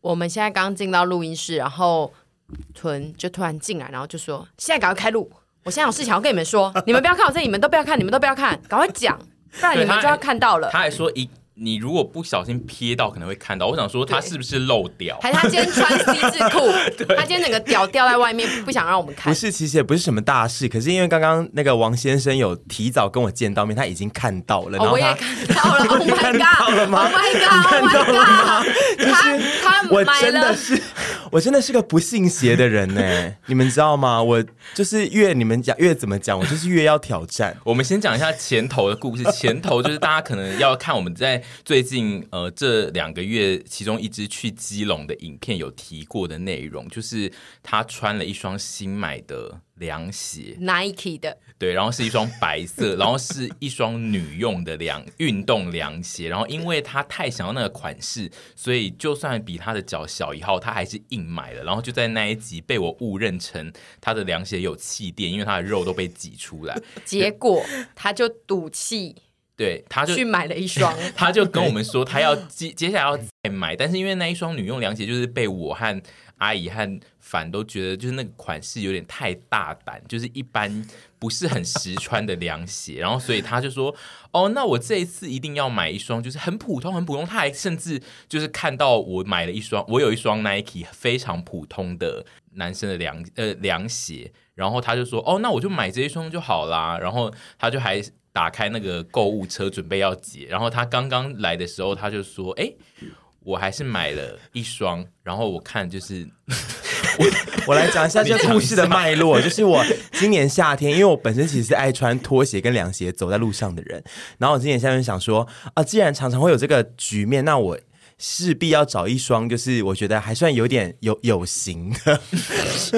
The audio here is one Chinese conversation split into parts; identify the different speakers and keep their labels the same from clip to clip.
Speaker 1: 我们现在刚进到录音室，然后屯就突然进来，然后就说：“现在赶快开录，我现在有事情要跟你们 说，你们不要看我这，你们都不要看，你们都不要看，赶快讲，不然你们就要看到了。
Speaker 2: 他还说一，你如果不小心瞥到，可能会看到。我想说，他是不是漏掉？
Speaker 1: 还是他今天穿 C 字裤， 他今天整个屌掉在外面，不想让我们看
Speaker 3: 不。是，其实也不是什么大事，可是因为刚刚那个王先生有提早跟我见到面，他已经看到了，然
Speaker 1: 哦，
Speaker 3: 后
Speaker 1: 我也
Speaker 3: 他。
Speaker 1: 看到了，Oh
Speaker 3: 你
Speaker 1: my
Speaker 3: 看到 了吗
Speaker 1: God，Oh my God，Oh my God，他他
Speaker 3: 我
Speaker 1: 买
Speaker 3: 真的
Speaker 1: 了，
Speaker 3: 是，我真的是个不信邪的人呢、你们知道吗？我就是越你们讲越怎么讲，我就是越要挑战。
Speaker 2: 我们先讲一下前头的故事。前头就是大家可能要看我们在最近呃这两个月其中一支去基隆的影片有提过的内容，就是他穿了一双新买的凉鞋，
Speaker 1: Nike 的，
Speaker 2: 对，然后是一双白色，然后是一双女用的凉运动凉鞋，然后因为他太想要那个款式，所以就算比他的脚小一号，他还是硬买了。然后就在那一集被我误认成他的凉鞋有气垫，因为他的肉都被挤出来。
Speaker 1: 结果他就赌气
Speaker 2: 对，他就
Speaker 1: 去买了一 双。
Speaker 3: 哦
Speaker 2: 他就跟我们说，他要接 接下来要再买，但是因为那一双女用凉鞋就是被我和阿姨和凡都觉得就是那个款式有点太大胆，就是一般不是很实穿的凉鞋，然后所以他就说，哦，那我这一次一定要买一双，就是很普通很普通。他还甚至就是看到我买了一双，我有一双 Nike 非常普通的男生的凉呃凉鞋，然后他就说，哦，那我就买这一双就好啦，然后他就还。打开那个购物车，准备要结。然后他刚刚来的时候，他就说：“哎、我还是买了一双。”然后我看就是
Speaker 3: 我来讲一下这故事的脉络，就是我今年夏天，因为我本身其实是爱穿拖鞋跟凉鞋走在路上的人，然后我今年夏天想说啊，既然常常会有这个局面，那我。势必要找一双，就是我觉得还算有点有有型的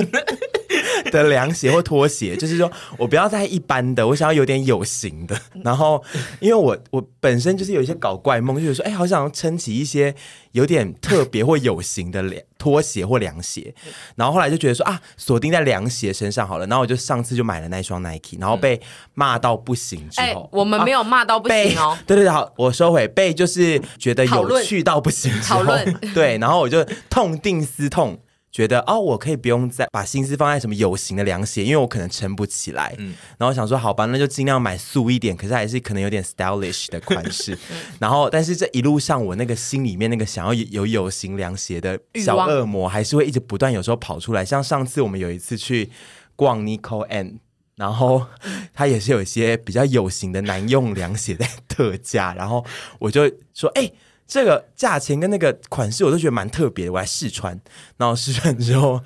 Speaker 3: 的凉鞋或拖鞋，就是说我不要再一般的，我想要有点有型的。然后，因为我我本身就是有一些搞怪梦，就是说，哎、好想要撑起一些有点特别或有型的凉拖鞋或凉鞋。然后后来就觉得说啊，锁定在凉鞋身上好了。然后我就上次就买了那一双 Nike，然后被骂到不行之
Speaker 1: 哎
Speaker 3: 后，，
Speaker 1: 我们没有骂到不
Speaker 3: 被
Speaker 1: 行哦，
Speaker 3: 对对对，好，我收回被就是觉得
Speaker 1: 讨
Speaker 3: 有
Speaker 1: 论
Speaker 3: 趣到不行之
Speaker 1: 讨
Speaker 3: 后
Speaker 1: 论
Speaker 3: 对，然后我就痛定思痛。觉得哦，我可以不用再把心思放在什么有型的凉鞋，因为我可能撑不起来。嗯，然后想说好吧，那就尽量买素一点，可是还是可能有点 stylish 的款 式。
Speaker 1: 嗯
Speaker 3: 然后，但是这一路上，我那个心里面那个想要有有有型凉鞋的小
Speaker 1: 欲望
Speaker 3: 恶魔，还是会一直不断有时候跑出来。像上次我们有一次去逛 Nico and。然后他也是有一些比较有型的男用凉鞋在特价，然后我就说：“哎、这个价钱跟那个款式我都觉得蛮特别的，我还试穿。”然后试穿之后，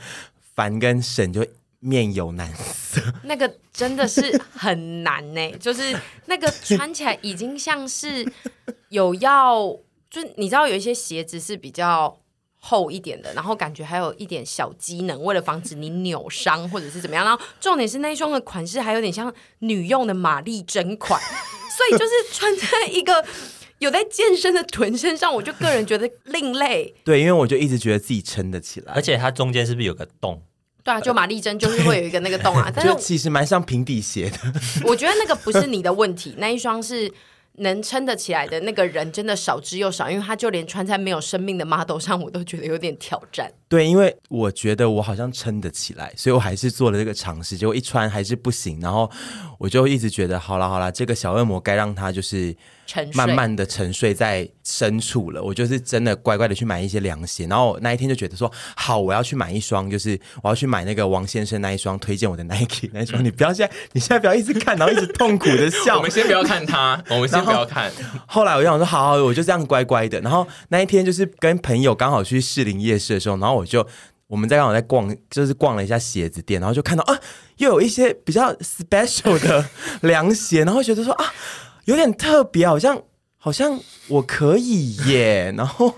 Speaker 3: 凡跟沈就面有难色，
Speaker 1: 那个真的是很难呢， 就是那个穿起来已经像是有要，就是你知道有一些鞋子是比较。厚一点的，然后感觉还有一点小机能，为了防止你扭伤或者是怎么样。然后重点是那一双的款式还有点像女用的玛丽珍款，所以就是穿在一个有在健身的臀身上，我就个人觉得另类。
Speaker 3: 对，因为我就一直觉得自己撑得起来，
Speaker 4: 而且它中间是不是有个洞？
Speaker 1: 对啊，就玛丽珍就是会有一个那个洞啊，但
Speaker 3: 就是其实蛮像平底鞋的。
Speaker 1: 我觉得那个不是你的问题，那一双是能撑得起来的那个人真的少之又少，因为他就连穿在没有生命的 model 上，我都觉得有点挑战。
Speaker 3: 对，因为我觉得我好像撑得起来，所以我还是做了这个尝试，结果一穿还是不行，然后我就一直觉得好啦好啦，这个小恶魔该让他就是
Speaker 1: 沉睡，
Speaker 3: 慢慢的沉睡在深处了。我就是真的乖乖的去买一些凉鞋，然后我那一天就觉得说，好，我要去买一双，就是我要去买那个王先生那一双推荐我的 Nike 那一
Speaker 1: 嗯
Speaker 3: 双。你不要现在，你现在不要一直看，然后一直痛苦的 笑。
Speaker 2: 我们先不要看 他，我们先不要看。
Speaker 3: 后来我就想说，好好，我就这样乖乖的。然后那一天就是跟朋友刚好去士林夜市的时候，然后我就我们在刚好在逛，就是逛了一下鞋子店，然后就看到啊，又有一些比较 special 的 凉鞋，然后觉得说啊，有点特别，好像好像我可以耶，然后。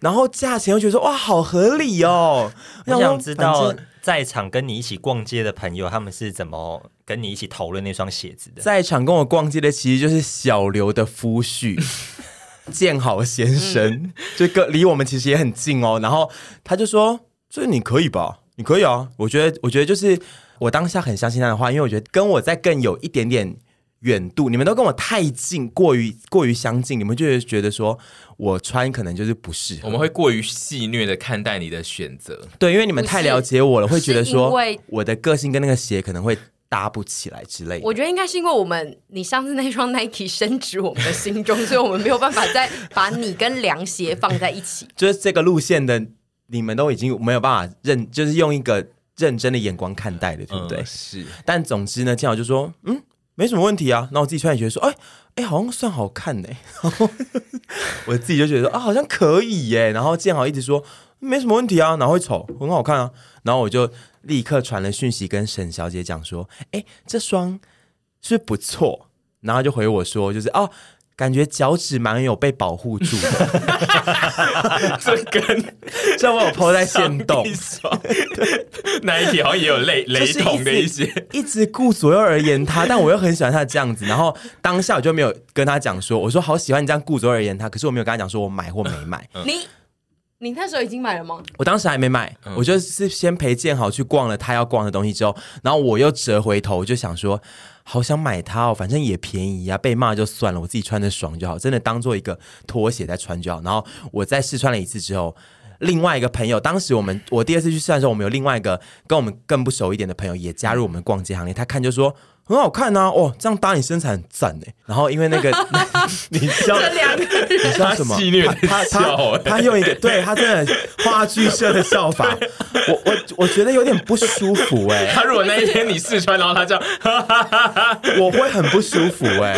Speaker 3: 然后价钱又觉得说哇，好合理哦！
Speaker 4: 我
Speaker 3: 说
Speaker 4: 想知道
Speaker 3: 反正
Speaker 4: 在场跟你一起逛街的朋友，他们是怎么跟你一起讨论那双鞋子的？
Speaker 3: 在场跟我逛街的其实就是小刘的夫婿。 建豪先
Speaker 1: 嗯
Speaker 3: 生，这个离我们其实也很近哦。然后他就说：“这你可以吧？你可以啊。”我觉得，我觉得就是我当下很相信他的话，因为我觉得跟我在更有一点点远度，你们都跟我太近，过于过于相近，你们就会觉得说我穿可能就是不适合。
Speaker 2: 我们会过于戏谑的看待你的选择。
Speaker 3: 对，因为你们
Speaker 1: 不
Speaker 3: 太
Speaker 1: 是
Speaker 3: 了解我了，会觉得
Speaker 1: 是因
Speaker 3: 说
Speaker 1: 为
Speaker 3: 我的个性跟那个鞋可能会搭不起来之类的。
Speaker 1: 我觉得应该是因为我们你上次那双 Nike 升值我们的心中，所以我们没有办法再把你跟凉鞋放在一起。
Speaker 3: 就是这个路线的，你们都已经没有办法认，就是用一个认真的眼光看待的，对不对？
Speaker 2: 嗯 是
Speaker 3: 但总之呢，建豪就说，嗯，没什么问题啊。那我自己穿也觉得说，哎哎，好像算好看呢、 然后我自己就觉得说啊，好像可以耶、然后建豪一直说没什么问题啊，哪会丑，很好看啊。然后我就立刻传了讯息跟沈小姐讲说，哎，这双是不错。然后就回我说，就是哦。感觉脚趾蛮有被保护住的，
Speaker 2: 这 跟
Speaker 3: 这我有 PO 在线 动，
Speaker 2: 那一题好像也有类
Speaker 3: 就
Speaker 2: 雷
Speaker 3: 是
Speaker 2: 同的一
Speaker 3: 直
Speaker 2: 些。
Speaker 3: 一直顾左右而言他，但我又很喜欢他这样子。然后当下我就没有跟他讲说，我说好喜欢你这样顾左右而言他，可是我没有跟他讲说我买或没买。
Speaker 1: 你你那时候已经买了吗？
Speaker 3: 我当时还没买，我就是先陪建豪去逛了他要逛的东西之后，然后我又折回头，我就想说，好想买它哦，反正也便宜啊，被骂就算了，我自己穿的爽就好，真的当做一个拖鞋在穿就好。然后我再试穿了一次之后。另外一个朋友，当时我们我第二次去试穿的时候，我们有另外一个跟我们更不熟一点的朋友也加入我们逛街行列，他看就说很好看啊，哦，这样搭你身材很赞哎。然后因为那个 你 笑，
Speaker 1: 这两个人
Speaker 3: 你知道什么？
Speaker 2: 他戏谑地
Speaker 3: 他他
Speaker 2: 笑
Speaker 3: 他
Speaker 2: 欸
Speaker 3: 他用一个对他真的话剧社的笑法，我我我觉得有点不舒服哎、
Speaker 2: 他如果那一天你试穿，然后他这样，
Speaker 3: 我会很不舒服哎、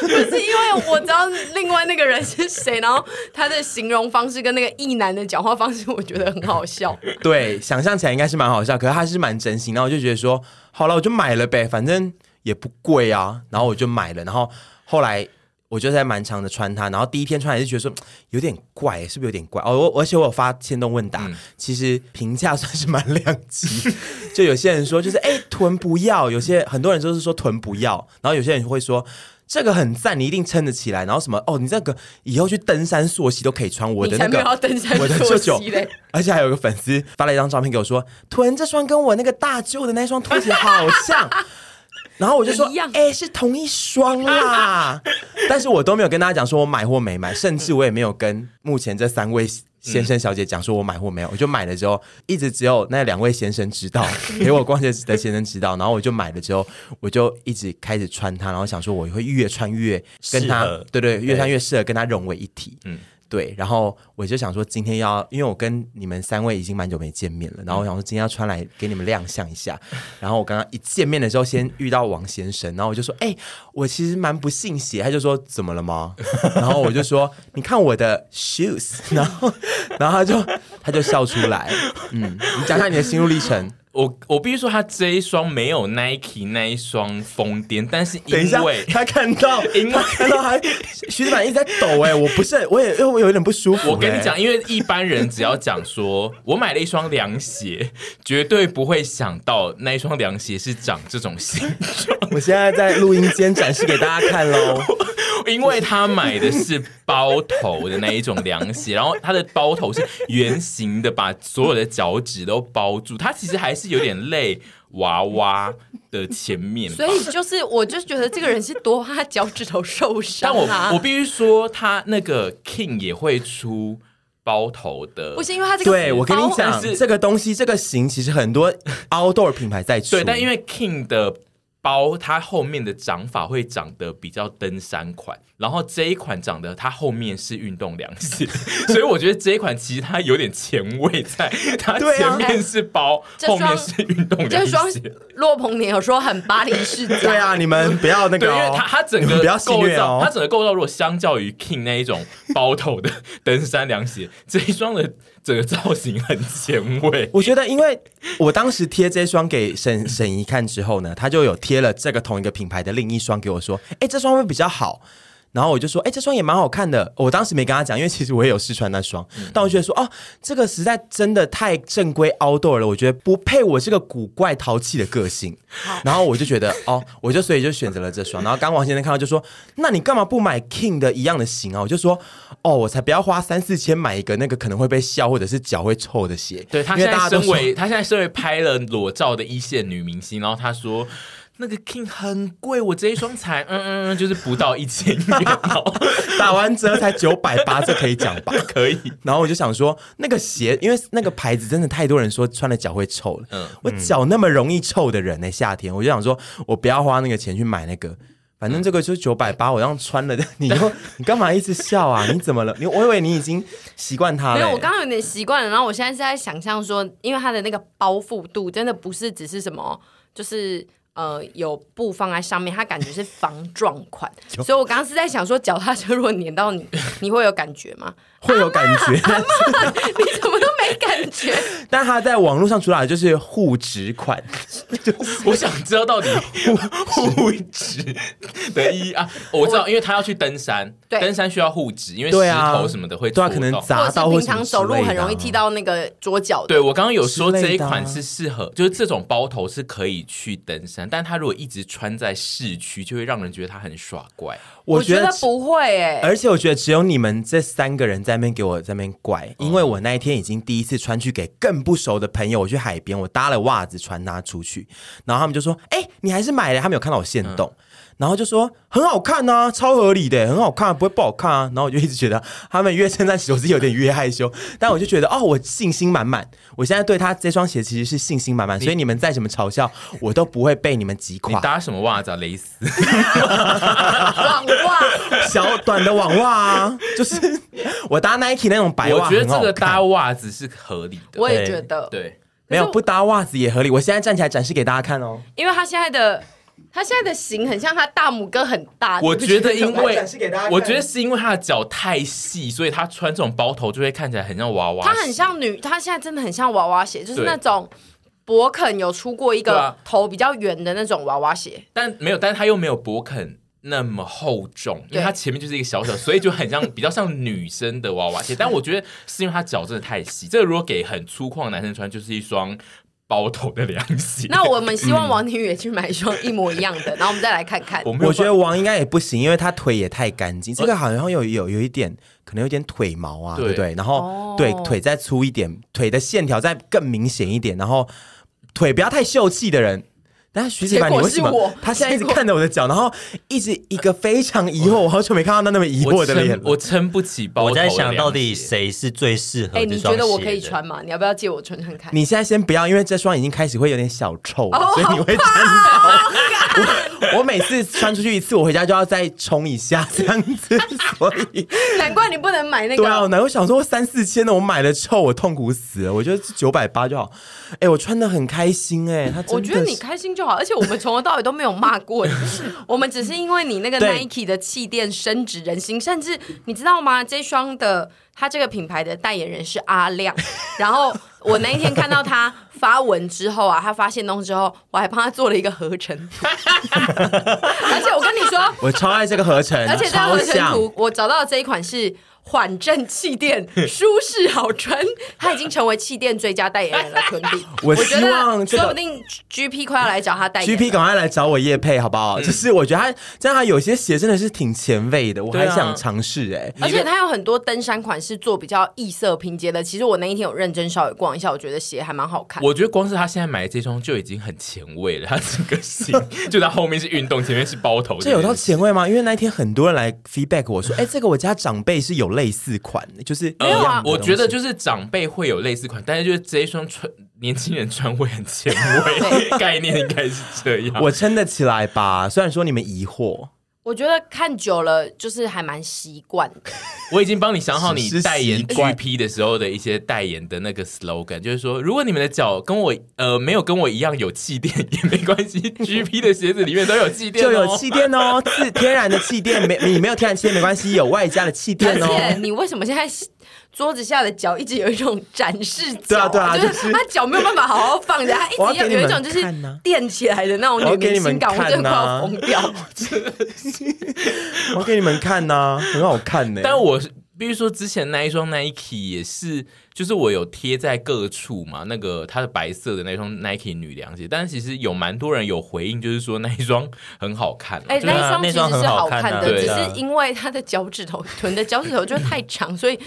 Speaker 1: 是因为我知道另外那个人是谁，然后他的形容方式跟那个异男的讲话方式，我觉得很好笑。
Speaker 3: 对，想象起来应该是蛮好笑，可是他是蛮真心，然后我就觉得说，好了，我就买了呗，反正也不贵啊，然后我就买了，然后后来。我就在蛮长的穿它，然后第一天穿还是觉得说嗯有点怪，是不是有 点怪？哦，我而且我有发千动问答，
Speaker 1: 嗯
Speaker 3: 其实评价算是蛮两极，就有些人说就是哎、臀不要，有些很多人都是说臀不要，然后有些人会说这个很赞，你一定撑得起来，然后什么哦，你这个以后去登山溯溪都可以穿我的
Speaker 1: 你
Speaker 3: 那
Speaker 1: 才没
Speaker 3: 个
Speaker 1: 有要登山
Speaker 3: 我的
Speaker 1: 溯
Speaker 3: 舅舅
Speaker 1: 溪嘞，
Speaker 3: 而且还有一个粉丝发了一张照片给我说，臀这双跟我那个大舅的那双拖鞋好像。 然后我就说
Speaker 1: 一样，
Speaker 3: 哎、是同一双啦。 但是我都没有跟大家讲说我买或没买，甚至我也没有跟目前这三位先生小姐讲说我买或没有。我就买了之后，一直只有那两位先生知道，陪我逛街的先生知道。然后我就买了之后，我就一直开始穿它，然后想说我会越穿越跟它
Speaker 4: 适合，
Speaker 3: 对对，越穿越适合跟它融为一体。嗯。对，然后我就想说，今天要，因为我跟你们三位已经蛮久没见面了，然后我想说今天要穿来给你们亮相 一下。然后我刚刚一见面的时候，先遇到王先生，然后我就说：“哎、我其实蛮不信邪。”他就说：“怎么了吗？” 然后我就说：“你看我的 shoes。”然 后，然后他就他就笑出来。嗯，你讲一下你的心路历程。
Speaker 2: 我我必须说，他这一双没有 Nike 那一双疯癫，但是
Speaker 3: 等一下
Speaker 2: 因为，
Speaker 3: 他看到，
Speaker 2: 因为
Speaker 3: 他看到还 徐子凡一直在抖、哎，我不是，我也因为我有点不舒服、
Speaker 2: 我跟
Speaker 3: 哎
Speaker 2: 你讲，，因为一般人只要讲说我买了一双凉鞋，绝对不会想到那一双凉鞋是长这种形状，
Speaker 3: 我现在在录音间展示给大家看 喽。
Speaker 2: 因为他买的是包头的那一种凉鞋，然后它的包头是圆形的，把所有的脚趾都包住，它其实还是有点累娃娃的前面吧
Speaker 1: 所以就是我就觉得这个人是多怕他脚趾头受
Speaker 2: 但
Speaker 1: 伤
Speaker 2: 我
Speaker 1: 啊
Speaker 2: 我。必须说，他那个 King 也会出包头的，
Speaker 1: 不是因为他这个
Speaker 3: 对，我跟你
Speaker 1: 包啊
Speaker 3: 讲
Speaker 2: 但，是
Speaker 3: 这个东西，这个型其实很多 outdoor 品牌在出，
Speaker 2: 对，但因为 King 的包，它后面的长法会长得比较登山款，然后这一款长得它后面是运动凉鞋， 所以我觉得这一款其实它有点前卫在，它
Speaker 3: 对啊
Speaker 2: 前面是包，
Speaker 1: 这
Speaker 2: 后
Speaker 1: 双
Speaker 2: 面是运动
Speaker 1: 这
Speaker 2: 凉
Speaker 1: 双
Speaker 2: 鞋。
Speaker 1: 洛鹏年有说很巴黎世家，
Speaker 3: 对，啊，你们不要那
Speaker 2: 对，
Speaker 3: 个
Speaker 2: 因为
Speaker 3: 哦，
Speaker 2: 它它整
Speaker 3: 你
Speaker 2: 个
Speaker 3: 们不要戏
Speaker 2: 构
Speaker 3: 谑
Speaker 2: 造，它
Speaker 3: 哦。
Speaker 2: 整个构造如果相较于 King 那一种包头的登山凉鞋，这一双的整个造型很前卫。
Speaker 3: 我觉得，因为我当时贴这双给沈沈怡看之后呢，她就有贴了这个同一个品牌的另一双给我说，哎，这双会不会比较好。然后我就说，哎，这双也蛮好看的。我当时没跟她讲，因为其实我也有试穿那双，
Speaker 2: 嗯
Speaker 3: 但我觉得说，哦，这个实在真的太正规 outdoor 了，我觉得不配我这个古怪淘气的个性。然后我就觉得，哦，我就所以就选择了这双。然后刚王先生看到就说，那你干嘛不买 King 的一样的型啊？我就说，哦，我才不要花三四千买一个那个可能会被笑或者是脚会臭的鞋。
Speaker 2: 对她
Speaker 3: 因
Speaker 2: 现
Speaker 3: 为
Speaker 2: 在
Speaker 3: 大家都
Speaker 2: 身
Speaker 3: 说
Speaker 2: 为她现在身为拍了裸照的一线女明星，然后她说那个 King 很贵，我这一双才嗯嗯嗯，就是不到一千元哦，
Speaker 3: 打完折才九百八，这可以讲吧？
Speaker 2: 可以。
Speaker 3: 然后我就想说，那个鞋，因为那个牌子真的太多人说穿了脚会臭了。
Speaker 2: 嗯
Speaker 3: 我脚那么容易臭的人呢、夏天我就想说，我不要花那个钱去买那个，反正这个就是九百八，我让穿了。你又 你干嘛一直笑啊？你怎么了？你我以为你已经习惯它了、
Speaker 1: 没有，我刚刚有点习惯了，然后我现在是在想象说，因为它的那个包覆度真的不是只是什么，就是呃有布放在上面，它感觉是防撞 款，所以我刚刚是在想说，脚踏车如果碾到你，你会有感觉吗？
Speaker 3: 会有感觉，
Speaker 1: 你怎么都没感觉？
Speaker 3: 但它在网络上主打的就是护指款，
Speaker 2: 我想知道 到底护指的意义啊！我知道，因为他要去登山，
Speaker 1: 对
Speaker 2: 登山需要护指，因为
Speaker 3: 对
Speaker 2: 石
Speaker 3: 啊
Speaker 2: 头什么的会
Speaker 3: 对啊，
Speaker 2: 戳
Speaker 3: 可能
Speaker 2: 到
Speaker 3: 砸到
Speaker 1: 或者
Speaker 3: 或
Speaker 1: 是平
Speaker 3: 什么
Speaker 1: 常走路
Speaker 3: 之类的啊
Speaker 1: 很容易踢。到那个桌角的。
Speaker 2: 对我刚刚有说
Speaker 3: 之类的啊
Speaker 2: 这一款是适合，就是这种包头是可以去登山，但它如果一直穿在市区，就会让人觉得它很耍怪。
Speaker 1: 我
Speaker 3: 我觉得
Speaker 1: 不会欸诶、
Speaker 3: 而且我觉得只有你们这三个人在那边给我在那边怪，因为我那一天已经第一次穿去给更不熟的朋友，我去海边，我搭了袜子穿它出去，然后他们就说：“哎、你还是买了？”他们有看到我现动。然后就说很好看啊，超合理的，很好看，不会不好看啊。 然后我就一直觉得他们越称赞我自己有点越害羞，但我就觉得哦，我信心满满。我现在对他这双鞋其实是信心满满，所以你们再怎么嘲笑我都不会被你们击
Speaker 2: 你
Speaker 3: 垮。
Speaker 2: 搭什么袜子啊？蕾丝？
Speaker 1: 网袜
Speaker 3: 小短的网袜啊，就是我搭 Nike 那种白
Speaker 2: 我
Speaker 3: 袜很好看，
Speaker 2: 觉得这个搭袜子是合理的。
Speaker 1: 我也觉得，
Speaker 2: 对，
Speaker 3: 没
Speaker 1: 可
Speaker 3: 有
Speaker 1: 是我
Speaker 3: 不搭袜子也合理。我现在站起来展示给大家看哦，
Speaker 1: 因为他现在的他现在的型很像他大拇哥很大，
Speaker 2: 我觉得因为
Speaker 3: 展示给大家看
Speaker 2: 我觉得是因为他的脚太细，所以他穿这种包头就会看起来很像娃娃
Speaker 1: 他
Speaker 2: 鞋。
Speaker 1: 很像女，他现在真的很像娃娃鞋，就是
Speaker 2: 对
Speaker 1: 那种勃肯有出过一
Speaker 2: 对
Speaker 1: 个
Speaker 2: 啊
Speaker 1: 头比较圆的那种娃娃鞋，
Speaker 2: 但没有，但是他又没有勃肯那么厚重，因
Speaker 1: 对
Speaker 2: 为他前面就是一个小小，所以就很像比较像女生的娃娃鞋。但我觉得是因为他脚真的太细，这个如果给很粗犷的男生穿，就是一双包头的凉鞋。
Speaker 1: 那我们希望王庭宇也去买一双一模一样 的，然后我们再来看看。
Speaker 2: 我没有
Speaker 3: 我觉
Speaker 2: 办
Speaker 3: 得王应该也不行，因为他腿也太干净。这个好像有有有一点，可能有点腿毛啊，对
Speaker 2: 对
Speaker 3: 不对？然后、
Speaker 1: 哦
Speaker 3: 对腿再粗一点，腿的线条再更明显一点，然后腿不要太秀气的人。但是徐子凡，
Speaker 1: 结
Speaker 3: 你
Speaker 1: 果
Speaker 3: 为什么
Speaker 1: 是我？
Speaker 3: 他现在一直
Speaker 1: 结果
Speaker 3: 看着我的脚，然后一直一个非常疑惑，我好久没看到他那么疑惑
Speaker 2: 我
Speaker 3: 的脸
Speaker 2: 撑
Speaker 3: 了。
Speaker 2: 我撑不起包头
Speaker 4: 我
Speaker 2: 的
Speaker 4: 在
Speaker 2: 凉鞋。
Speaker 4: 想到底谁是最适合
Speaker 1: 哎、
Speaker 4: 这双鞋的？
Speaker 1: 你觉得我可以穿吗？你要不要借我穿穿看？
Speaker 3: 你现在先不要，因为这双已经开始会有点小臭了，
Speaker 1: 哦
Speaker 3: 所以你会沾到。我我每次穿出去一次，我回家就要再冲一下这样子，所 以
Speaker 1: 难怪你不能买那
Speaker 3: 对啊，我
Speaker 1: 个。
Speaker 3: 哪有想说三四千的，我买了臭，我痛苦死了。我觉得九百八就好。哎、我穿的很开心哎、他
Speaker 1: 我觉得你开心就好，而且我们从头到尾都没有骂过你，我们只是因为你那个
Speaker 3: 对
Speaker 1: Nike 的气垫深植人心，甚至你知道吗？这双的它这个品牌的代言人是阿亮， 然后我那一天看到他发文之后啊，他发现东之后，我还帮他做了一个合成图，而且我跟你说，
Speaker 3: 我超爱这个合成，
Speaker 1: 而且这个
Speaker 3: 超
Speaker 1: 合成
Speaker 3: 像。
Speaker 1: 图，我找到的这一款是缓震气 垫，舒适好穿，它已经成为气垫最佳代言人了。坤比，
Speaker 3: 我
Speaker 1: 觉
Speaker 3: 希望
Speaker 1: 得
Speaker 3: 这个
Speaker 1: 说不定 GP 快要来找他代言
Speaker 3: G P
Speaker 1: 了。
Speaker 3: 赶快来找我叶配好不
Speaker 1: 嗯
Speaker 3: 好？就是我觉得他，这样他有些鞋真的是挺前卫的，我还
Speaker 2: 对啊
Speaker 3: 想尝试哎。
Speaker 1: 而且它有很多登山款是做比较异色拼接的。其实我那一天有认真稍微逛一下，我觉得鞋还蛮好看。
Speaker 2: 我觉得光是他现在买的这双就已经很前卫了，他整个型 就他后面是运动，前面是包头，
Speaker 3: 这有到前卫吗？因为那一天很多人来 feedback 我说，哎、这个我家长辈是有类似款的，就是
Speaker 2: 呃
Speaker 3: 一样的东西
Speaker 2: 我觉得就是长辈会有类似款，但是就是这一双穿年轻人穿会很前 卫，概念应该是这样。
Speaker 3: 我撑得起来吧。虽然说你们疑惑，
Speaker 1: 我觉得看久了就是还蛮习惯的。
Speaker 2: 我已经帮你想好
Speaker 3: 是
Speaker 2: 你
Speaker 3: 是
Speaker 2: 代言
Speaker 3: 习惯
Speaker 2: GP 的时候的一些代言的那个 slogan，就是说，如果你们的脚跟我呃没有跟我一样有气垫也没关系，GP 的鞋子里面都有气垫、哦，
Speaker 3: 就有气垫哦，是天然的气垫，没你没有天然气垫没关系，有外加的气
Speaker 1: 而
Speaker 3: 垫
Speaker 1: 且
Speaker 3: 哦。
Speaker 1: 你为什么现在桌子下的脚一直有一种展示脚、
Speaker 3: 对啊对啊
Speaker 1: 就
Speaker 3: 就是
Speaker 1: 他脚没有办法好好放着，他
Speaker 3: 我要
Speaker 1: 一直
Speaker 3: 给你
Speaker 1: 有
Speaker 3: 们
Speaker 1: 一种就是
Speaker 3: 看呐
Speaker 1: 垫起来的那种
Speaker 3: 我
Speaker 1: 女
Speaker 3: 要给
Speaker 1: 明
Speaker 3: 你们
Speaker 1: 星感，我真的快
Speaker 3: 看呐
Speaker 1: 要疯掉。
Speaker 3: 我给你们看呐、很好看呢、
Speaker 2: 但我是，比如说之前那一双 Nike 也是，就是我有贴在各处嘛，那个它的白色的那双 Nike 女凉鞋，但是其实有蛮多人有回应，就是说那一双很好看、啊。
Speaker 1: 哎、
Speaker 4: 对啊
Speaker 1: 那一双其实是好看的，
Speaker 4: 那双很好看啊
Speaker 1: 只
Speaker 2: 对
Speaker 1: 是因为他的脚趾头臀的脚趾头就太长，所以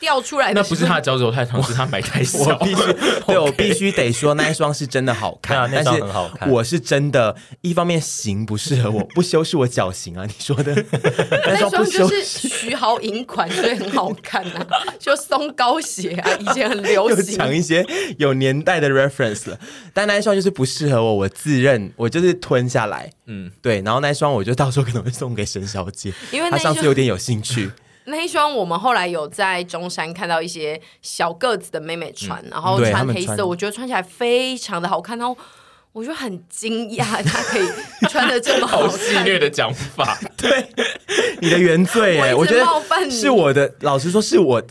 Speaker 1: 掉出来的
Speaker 2: 那
Speaker 1: 时
Speaker 2: 不
Speaker 1: 候
Speaker 2: 是他的脚趾头太长，是他买太少。
Speaker 3: 我必须， 对我必须得说，那一双是真的好看，
Speaker 4: 对啊那
Speaker 3: 但
Speaker 4: 双
Speaker 3: 是
Speaker 4: 很好看
Speaker 3: 我是真的，一方面型不适合我，不修饰我脚型啊，你说 的，那
Speaker 1: 那
Speaker 3: 双
Speaker 1: 双
Speaker 3: 不
Speaker 1: 就
Speaker 3: 修
Speaker 1: 是
Speaker 3: 饰
Speaker 1: 徐豪银款，所以很好看啊，就松糕鞋啊，以前很流
Speaker 3: 又
Speaker 1: 行。
Speaker 3: 讲一些有年代的 reference 了，但那一双就是不适合我，我自认我就是吞下来，嗯，对，然后那一双我就到时候可能会送给沈小姐，
Speaker 1: 因为那
Speaker 3: 她
Speaker 1: 一
Speaker 3: 上次
Speaker 1: 双
Speaker 3: 有点有兴 趣，
Speaker 1: 那一双我们后来有在中山看到一些小个子的妹妹穿，然后
Speaker 3: 嗯对她
Speaker 1: 穿
Speaker 3: 们
Speaker 1: 黑
Speaker 3: 穿
Speaker 1: 色，我觉得穿起来非常的好看，然后我就很惊讶，她可以穿的这么
Speaker 2: 好戏
Speaker 1: 看。
Speaker 2: 谑的讲法，
Speaker 3: 对，你的原罪哎、
Speaker 1: 我
Speaker 3: 我
Speaker 1: 一直
Speaker 3: 觉
Speaker 1: 冒犯
Speaker 3: 得
Speaker 1: 你
Speaker 3: 是我的，老实说是我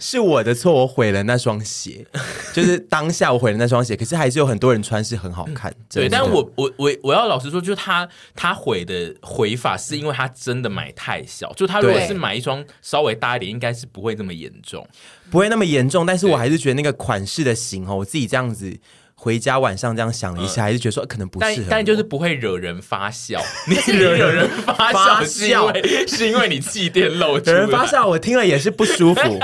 Speaker 3: 是我的错，我毁了那双鞋，就是当下我毁了那双鞋，可是还是有很多人穿是很好看，
Speaker 1: 嗯
Speaker 2: 对。
Speaker 3: 真的
Speaker 2: 但我我我我要老实说，就是他他毁的毁法是因为他真的买太小，就他如果
Speaker 1: 对
Speaker 2: 是买一双稍微大一点，应该是不会这么严重。
Speaker 3: 不会那么严重，但是我还是觉得那个款式的型哦，我自己这样子回家晚上这样想了一
Speaker 1: 嗯
Speaker 3: 下，还是觉得说呃可能不适
Speaker 2: 但
Speaker 3: 合我，
Speaker 2: 但就是不会惹人发 笑，你惹惹人发笑
Speaker 3: 发
Speaker 2: 是因
Speaker 3: 笑
Speaker 2: 为是因为你气垫露出
Speaker 3: 有
Speaker 2: 来
Speaker 3: 人发笑，我听了也是不舒 服。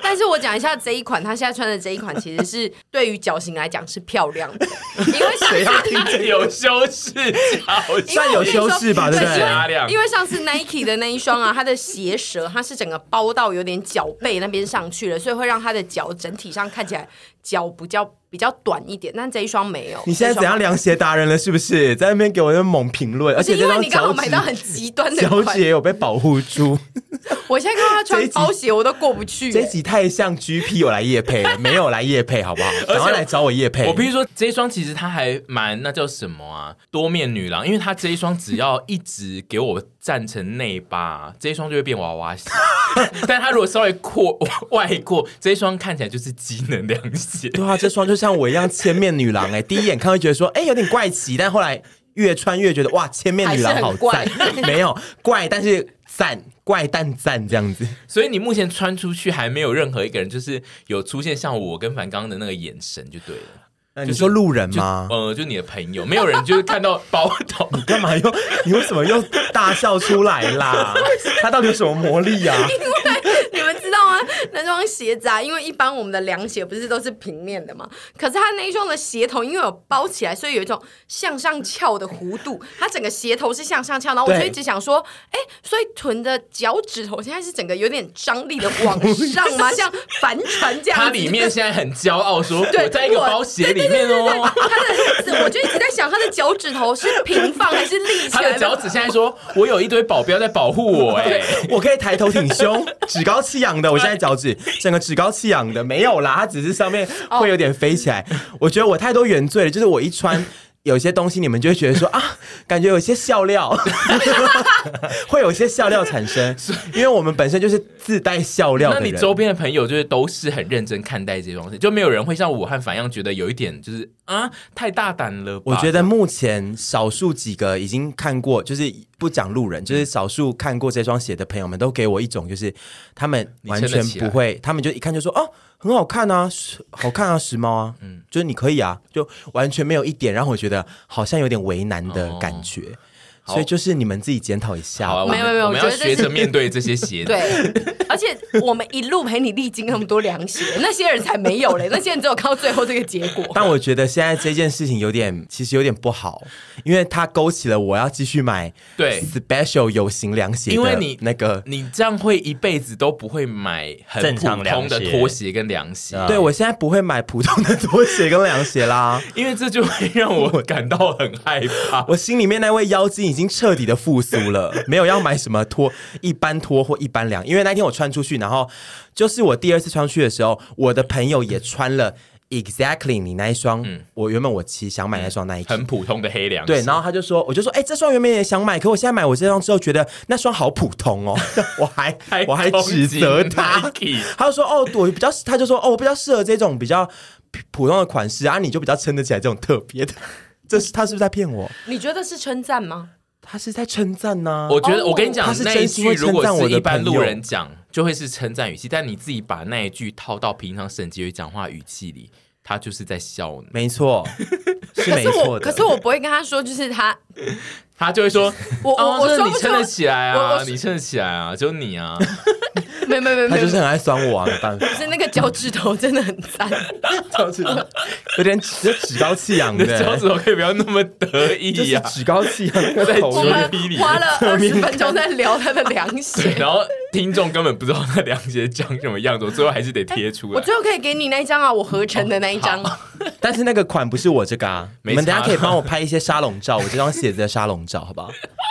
Speaker 1: 但是我讲一下这一款，她现在穿的这一款其实是对于脚型来讲是漂亮 的，因为上次
Speaker 2: 有羞耻笑，
Speaker 3: 算有修饰吧，对
Speaker 1: 因为
Speaker 3: 不
Speaker 1: 我跟你说
Speaker 3: 对？
Speaker 2: 阿亮
Speaker 1: 因为上次 Nike 的那一双啊，它的鞋舌它是整个包到有点脚背那边上去了，所以会让它的脚整体上看起来脚比较比较短一点。但这一双没有。
Speaker 3: 你现在怎样
Speaker 1: 这一双？
Speaker 3: 凉鞋达人了？是不是在那边给我那猛评论？而
Speaker 1: 而且
Speaker 3: 且这
Speaker 1: 因为
Speaker 3: 双
Speaker 1: 你刚好
Speaker 3: 脚
Speaker 1: 买
Speaker 3: 趾
Speaker 1: 到 很极端的
Speaker 3: 脚
Speaker 1: 款
Speaker 3: 趾，也有被保护 住。
Speaker 1: 我现在看到他
Speaker 3: 这
Speaker 1: 穿
Speaker 3: 一集
Speaker 1: 包鞋我都过不去、
Speaker 3: 这一
Speaker 1: 欸
Speaker 3: 集太像 GP 有来夜配了， 没有来夜配好不好？赶快来找我夜配。
Speaker 2: 我必须说，这一双其实它还蛮那叫什么啊，多面女郎，因为它这一双只要一直给我站成内八，这一双就会变娃娃鞋。 但它如果稍微扩外扩，这一双看起来就是机能凉鞋。
Speaker 3: 对啊，这双就像我一样千面女郎哎、第一眼看会觉得说哎、有点怪奇，但后来越穿越觉得哇千面女郎好
Speaker 1: 还
Speaker 3: 赞
Speaker 1: 是很，
Speaker 3: 没有怪但是赞怪但赞这样子。
Speaker 2: 所以你目前穿出去还没有任何一个人就是有出现像我跟凡刚的那个眼神就对了，
Speaker 3: 那你说路人
Speaker 2: 就
Speaker 3: 吗？
Speaker 2: 呃，就你的朋友，没有人就是看到包 头。
Speaker 3: 干嘛又？ 你为什么又大笑出来啦？他到底有什么魔力啊？
Speaker 1: 你们知道吗？那双鞋子啊，因为一般我们的凉鞋不是都是平面的嘛，可是它那一双的鞋头因为有包起来，所以有一种向上翘的弧度，它整个鞋头是向上翘，然后我
Speaker 3: 对
Speaker 1: 就一直想说，哎、所以臀的脚趾头现在是整个有点张力的往上 吗？像帆船这样子？
Speaker 2: 它里面现在很骄傲说，
Speaker 1: 对
Speaker 2: 我在一个包鞋里面哦。
Speaker 1: 它的，我就一直在想，它的脚趾头是平放还是立起
Speaker 2: 他
Speaker 1: 来？
Speaker 2: 的脚趾现在说：“我有一堆保镖在保护我、 哎，
Speaker 3: 我可以抬头挺胸，趾高气扬的。我现在脚趾整个趾高气扬的，没有啦，它只是上面会有点飞起来。我觉得我太多原罪了，就是我一穿。有些东西你们就会觉得说啊，感觉有些笑料， 会有一些笑料产生，因为我们本身就是自带笑料
Speaker 2: 那
Speaker 3: 的
Speaker 2: 你
Speaker 3: 人。
Speaker 2: 周边的朋友就是都是很认真看待这东西，就没有人会像我和反样觉得有一点就是啊太大胆了吧？
Speaker 3: 我觉得目前少数几个已经看过，就是不讲路人，就是少数看过这双鞋的朋友们，都给我一种就是他们完全不会，他们就一看就说哦，很好看啊，时好看啊，时髦啊，嗯，就是你可以啊，就完全没有一点让我觉得好像有点为难的感觉。
Speaker 2: 哦好
Speaker 3: 所以就是你们自己检讨一下，
Speaker 2: 好啊，我们
Speaker 1: 没有没有
Speaker 2: 我们要
Speaker 1: 我觉得这
Speaker 2: 学着
Speaker 1: 是
Speaker 2: 面对这些鞋子。
Speaker 1: 对，而且我们一路陪你历经那么多凉鞋，那些人才没有嘞，那些人只有看到最后这个结果。
Speaker 3: 但我觉得现在这件事情有点，其实有点不好，因为它勾起了我要继续买
Speaker 2: 对
Speaker 3: special 有型凉鞋的
Speaker 2: 因为你
Speaker 3: 那个
Speaker 2: 你这样会一辈子都不会买很
Speaker 4: 正
Speaker 2: 普
Speaker 4: 常
Speaker 2: 通的
Speaker 4: 凉鞋
Speaker 2: 拖鞋跟凉鞋，
Speaker 4: 啊
Speaker 3: 对，我现在不会买普通的拖鞋跟凉鞋 啦。
Speaker 2: 因为这就会让我感到很害怕。
Speaker 3: 我心里面那位妖精已经彻底的复苏了， 没有要买什么拖一般拖或一般凉，因为那天我穿出去，然后就是我第二次穿出去的时候，我的朋友也穿了 exactly 你那一双，嗯我原本我其实想买那双 Nike，、
Speaker 2: 很普通的黑凉鞋，
Speaker 3: 对，然后他就说，我就说，哎、这双原本也想买，可我现在买我这双之后，觉得那双好普通 哦，我还
Speaker 2: 还
Speaker 3: 我还
Speaker 2: 攻
Speaker 3: 指
Speaker 2: 击
Speaker 3: 责他
Speaker 2: Nike，
Speaker 3: 他就说，哦，我比较，他就说，哦，我比较适合这种比较普通的款式啊，你就比较撑得起来这种特别的。 这是他是不是在骗我？
Speaker 1: 你觉得是称赞吗？
Speaker 3: 他是在称赞呐、
Speaker 2: 我觉得我跟你
Speaker 3: 他
Speaker 2: 讲，
Speaker 3: 是
Speaker 2: 那一
Speaker 3: 真心
Speaker 2: 句
Speaker 3: 会
Speaker 2: 如果
Speaker 3: 称赞我
Speaker 2: 是
Speaker 3: 的
Speaker 2: 一般
Speaker 3: 朋
Speaker 2: 路
Speaker 3: 友
Speaker 2: 人讲，就会是称赞语气，但你自己把那一句套到平常沈婕妤讲话语气里，他就是在笑你。
Speaker 3: 没错，是
Speaker 1: 可
Speaker 3: 没
Speaker 1: 是
Speaker 3: 错
Speaker 1: 我，
Speaker 3: 的。
Speaker 1: 可是我不会跟他说，就是他
Speaker 2: 他就会 说，
Speaker 1: 我
Speaker 2: 哦
Speaker 1: 我我
Speaker 2: 那
Speaker 1: 说
Speaker 2: 你
Speaker 1: 不
Speaker 2: 撑
Speaker 1: 出
Speaker 2: 得起来
Speaker 1: 我
Speaker 2: 啊
Speaker 1: 我，
Speaker 2: 你撑得起来啊，就你啊，
Speaker 1: 没没没
Speaker 3: 他
Speaker 1: 没，
Speaker 3: 就是
Speaker 1: 不
Speaker 3: 很爱酸我啊，没 办法，
Speaker 1: 是那个脚趾头真的很脏。
Speaker 3: 有点趾趾高气扬
Speaker 2: 你的脚
Speaker 3: 的，
Speaker 2: 趾头可以不要那么得
Speaker 3: 就
Speaker 2: 意
Speaker 3: 是
Speaker 2: 啊。
Speaker 3: 趾高气扬那个
Speaker 2: 在
Speaker 3: 头
Speaker 1: 我
Speaker 2: 追
Speaker 1: 们
Speaker 2: 逼你
Speaker 1: 花了二十分钟在聊他的凉
Speaker 2: 对，
Speaker 1: 鞋。
Speaker 2: 然后听众根本不知道那凉鞋长什么样子，我最后还是得贴出
Speaker 1: 我
Speaker 2: 来。
Speaker 1: 最后可以给你那一张啊，我合成的那一张。
Speaker 3: 但是那个款不是我这个啊，
Speaker 2: 没
Speaker 3: 你们等
Speaker 2: 差
Speaker 3: 下可以帮我拍一些沙龙照，我这双鞋子的沙龙照，好 不好？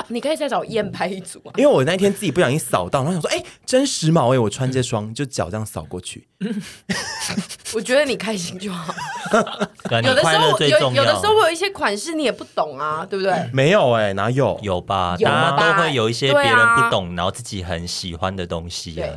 Speaker 1: 你可以再找燕拍一组啊。
Speaker 3: 因为我那天自己不小心扫到，然后想说，哎、真时髦哎、我穿这双就脚这样扫过去，
Speaker 1: 我觉得你开心就好。
Speaker 4: 对
Speaker 1: 有
Speaker 4: 啊，你
Speaker 1: 的时
Speaker 4: 快乐
Speaker 1: 候
Speaker 4: 最
Speaker 1: 有
Speaker 4: 重
Speaker 1: 有的时候
Speaker 4: 要。
Speaker 1: 我有一些款式你也不懂啊，对不对？
Speaker 3: 没有哎、哪有？
Speaker 4: 有吧？
Speaker 1: 有
Speaker 4: 大家
Speaker 1: 吧
Speaker 4: 都会有一些
Speaker 1: 对啊
Speaker 4: 别人不懂，然后自己很喜欢的东西啊。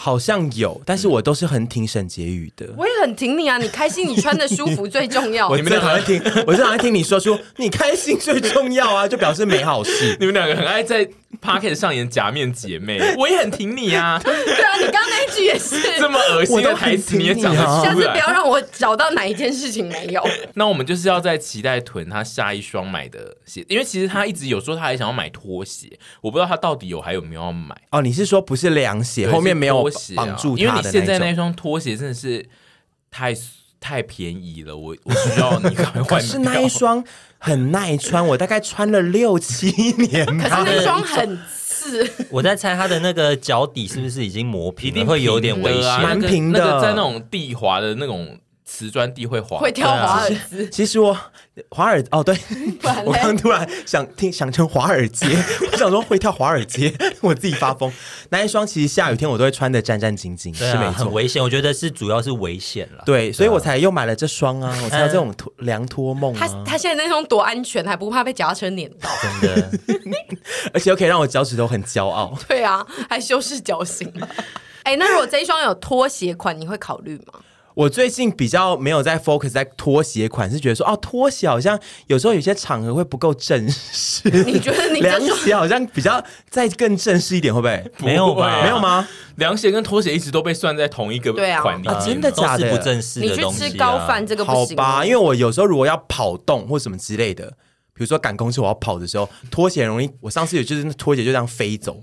Speaker 3: 好像有，但是我都是很挺沈婕妤的。
Speaker 1: 我也很挺你啊，你开心，你穿的舒服最重要。
Speaker 3: 我最讨厌听， 我最讨厌听你说出你开心最重要啊，就表示没好事。
Speaker 2: 你们两个很爱在 p o c k e t 上演假面姐妹，我也很挺你 啊，
Speaker 1: 对啊，你刚刚那一句也是。
Speaker 2: 这么恶心的台词
Speaker 3: 啊
Speaker 2: 你也讲得
Speaker 3: 我都
Speaker 1: 下次
Speaker 2: 出
Speaker 1: 不
Speaker 2: 来
Speaker 1: 要。让我找到哪一件事情没有。
Speaker 2: 那我们就是要在期待囤他下一双买的鞋，因为其实他一直有说他还想要买拖鞋，我不知道他到底有还有没有要买。
Speaker 3: 哦，你是说不是凉鞋，
Speaker 2: 对
Speaker 3: 后面没有
Speaker 2: 是拖鞋啊
Speaker 3: 绑住
Speaker 2: 因为
Speaker 3: 它
Speaker 2: 你
Speaker 3: 的
Speaker 2: 现在那
Speaker 3: 种？
Speaker 2: 双拖鞋真的是太太便宜了，我我需要你赶快
Speaker 3: 可
Speaker 2: 换
Speaker 3: 是
Speaker 2: 掉
Speaker 3: 那一双很耐穿，我大概穿了六七年
Speaker 1: 可
Speaker 3: 吧
Speaker 1: 是。那双很刺，
Speaker 4: 我在猜他的那个脚底是不是已经磨
Speaker 2: 一
Speaker 4: 平了，
Speaker 2: 定
Speaker 4: 会有点
Speaker 2: 平
Speaker 4: 危
Speaker 2: 的啊
Speaker 4: 险。
Speaker 3: 蛮
Speaker 2: 那个
Speaker 3: 平的
Speaker 2: 那个在那种地滑的那种瓷砖地会滑，
Speaker 1: 会挑华尔兹，
Speaker 3: 其实我华尔哦，对
Speaker 1: 然嘞，
Speaker 3: 我刚突然想听想成华 尔街，我想说会跳华尔街，我自己发疯。那一双其实下雨天我都会穿的战战兢兢，
Speaker 4: 对
Speaker 3: 是
Speaker 4: 啊，
Speaker 3: 没
Speaker 4: 很
Speaker 3: 错。
Speaker 4: 危险。我觉得是主要是危险 了。
Speaker 3: 对，所以我才又买了这双啊，我才有这种托凉拖梦
Speaker 1: 他
Speaker 3: 啊，
Speaker 1: 他现在那双多安全，还不怕被夹车碾 到？
Speaker 4: 真 的，
Speaker 3: 而且又可以让我脚趾头很骄傲。
Speaker 1: 对啊，还修饰脚型。哎，那如果这一双有拖鞋款，你会考虑吗？
Speaker 3: 我最近比较没有在 focus 在拖鞋款，是觉得说哦，拖鞋好像有时候有些场合会不够正式。
Speaker 1: 你觉得你这
Speaker 3: 凉
Speaker 1: 双
Speaker 3: 鞋好像比较再更正式一点，会不会？
Speaker 4: 没有吧？
Speaker 3: 没有？吗？
Speaker 2: 凉鞋跟拖鞋一直都被算在同一个
Speaker 1: 对啊
Speaker 2: 款里面、
Speaker 3: 啊真的
Speaker 4: 嗯都
Speaker 3: 假
Speaker 4: 是
Speaker 3: 的
Speaker 4: 不正式
Speaker 1: 你
Speaker 4: 的
Speaker 1: 去
Speaker 4: 东西、啊。
Speaker 1: 吃高饭，这个不
Speaker 3: 好
Speaker 1: 行
Speaker 3: 吧，因
Speaker 1: 为
Speaker 3: 为我有时候如果要跑动或什么之类的，比如说赶公车我要跑的时候，拖鞋容易，我上次有就是那拖鞋就这样 飞走，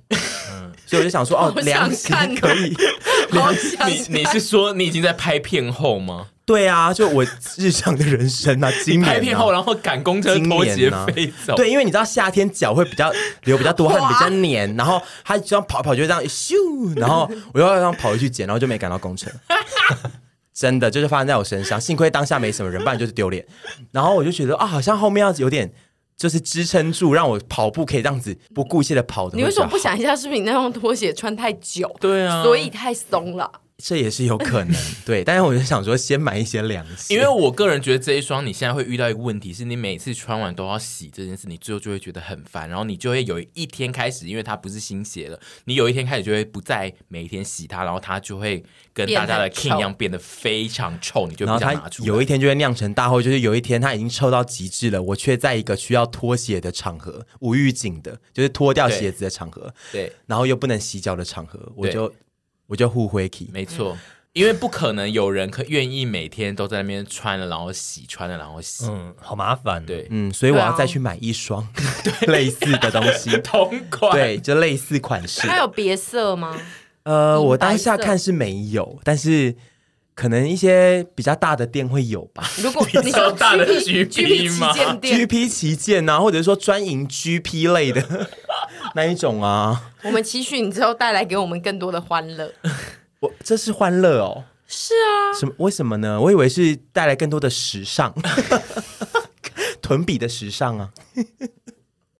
Speaker 3: 所以我就想说哦
Speaker 1: 好，想
Speaker 3: 凉鞋
Speaker 1: 看哦
Speaker 3: 可以，
Speaker 1: 好想
Speaker 2: 你你是说你已经在拍片后吗？
Speaker 3: 对啊，就我日常的人 生啊，今年、啊、
Speaker 2: 拍片后，然后赶公车
Speaker 3: 今
Speaker 2: 拖鞋
Speaker 3: 年呢
Speaker 2: 飞走，
Speaker 3: 对，因为你知道夏天脚会比较流比较多汗，
Speaker 1: 滑
Speaker 3: 比较黏，然后它这样跑一跑就这样咻，然后我又要这样跑回去捡，然后就没赶到公车。真的就是发生在我身上，幸亏当下没什么人，不然就是丢脸。然后我就觉得啊，好像后面要有点就是支撑住，让我跑步可以这样子不顾一切的跑的。
Speaker 1: 你为什么不？想一下，是不是你那双拖鞋穿太久？
Speaker 2: 对啊
Speaker 1: 所以太松了。
Speaker 3: 这也是有可能，对。但是我就想说，先买一些凉 鞋，
Speaker 2: 因为我个人觉得这一双你现在会遇到一个问题，是你每次穿完都要洗这件事，你最后就会觉得很烦，然后你就会有一天开始，因为它不是新鞋了，你有一天开始就会不再每天洗它，然后它就会跟大家
Speaker 1: 变得
Speaker 2: 的
Speaker 1: 很臭
Speaker 2: king 一样变得非常臭，你就不
Speaker 3: 然后
Speaker 2: 想
Speaker 3: 它
Speaker 2: 拿出来。
Speaker 3: 有一天就会酿成大祸，就是有一天它已经臭到极致了，我却在一个需要脱鞋的场合，无预警的，就是脱掉鞋子的场合，
Speaker 2: 对，
Speaker 3: 然后又不能洗脚的场合，我
Speaker 2: 对
Speaker 3: 就我就互挥起。
Speaker 2: 没错。因为不可能有人可愿意每天都在那边穿了，然后洗，穿了然后洗，
Speaker 4: 嗯，好麻烦、哦。
Speaker 2: 对，，
Speaker 3: 嗯，所以我
Speaker 1: 对啊
Speaker 3: 要再去买一双 类似的东西
Speaker 2: 同款，
Speaker 3: 对，就类似款式。
Speaker 1: 它有别色吗？
Speaker 3: 呃，
Speaker 1: 银
Speaker 3: 我
Speaker 1: 白
Speaker 3: 当下
Speaker 1: 色
Speaker 3: 看是没有，但是可能一些比较大的店会有吧。
Speaker 1: 如果你说
Speaker 2: 较大的
Speaker 1: GP
Speaker 2: GP 吗
Speaker 1: 旗舰店，
Speaker 3: GP 旗舰啊，或者说专营 GP 类的 那一种啊，
Speaker 1: 我们期许你之后带来给我们更多的欢乐。
Speaker 3: 我这是欢乐哦。
Speaker 1: 是啊，
Speaker 3: 什么？为什么呢？我以为 是带来更多的时尚，臀比的时尚啊。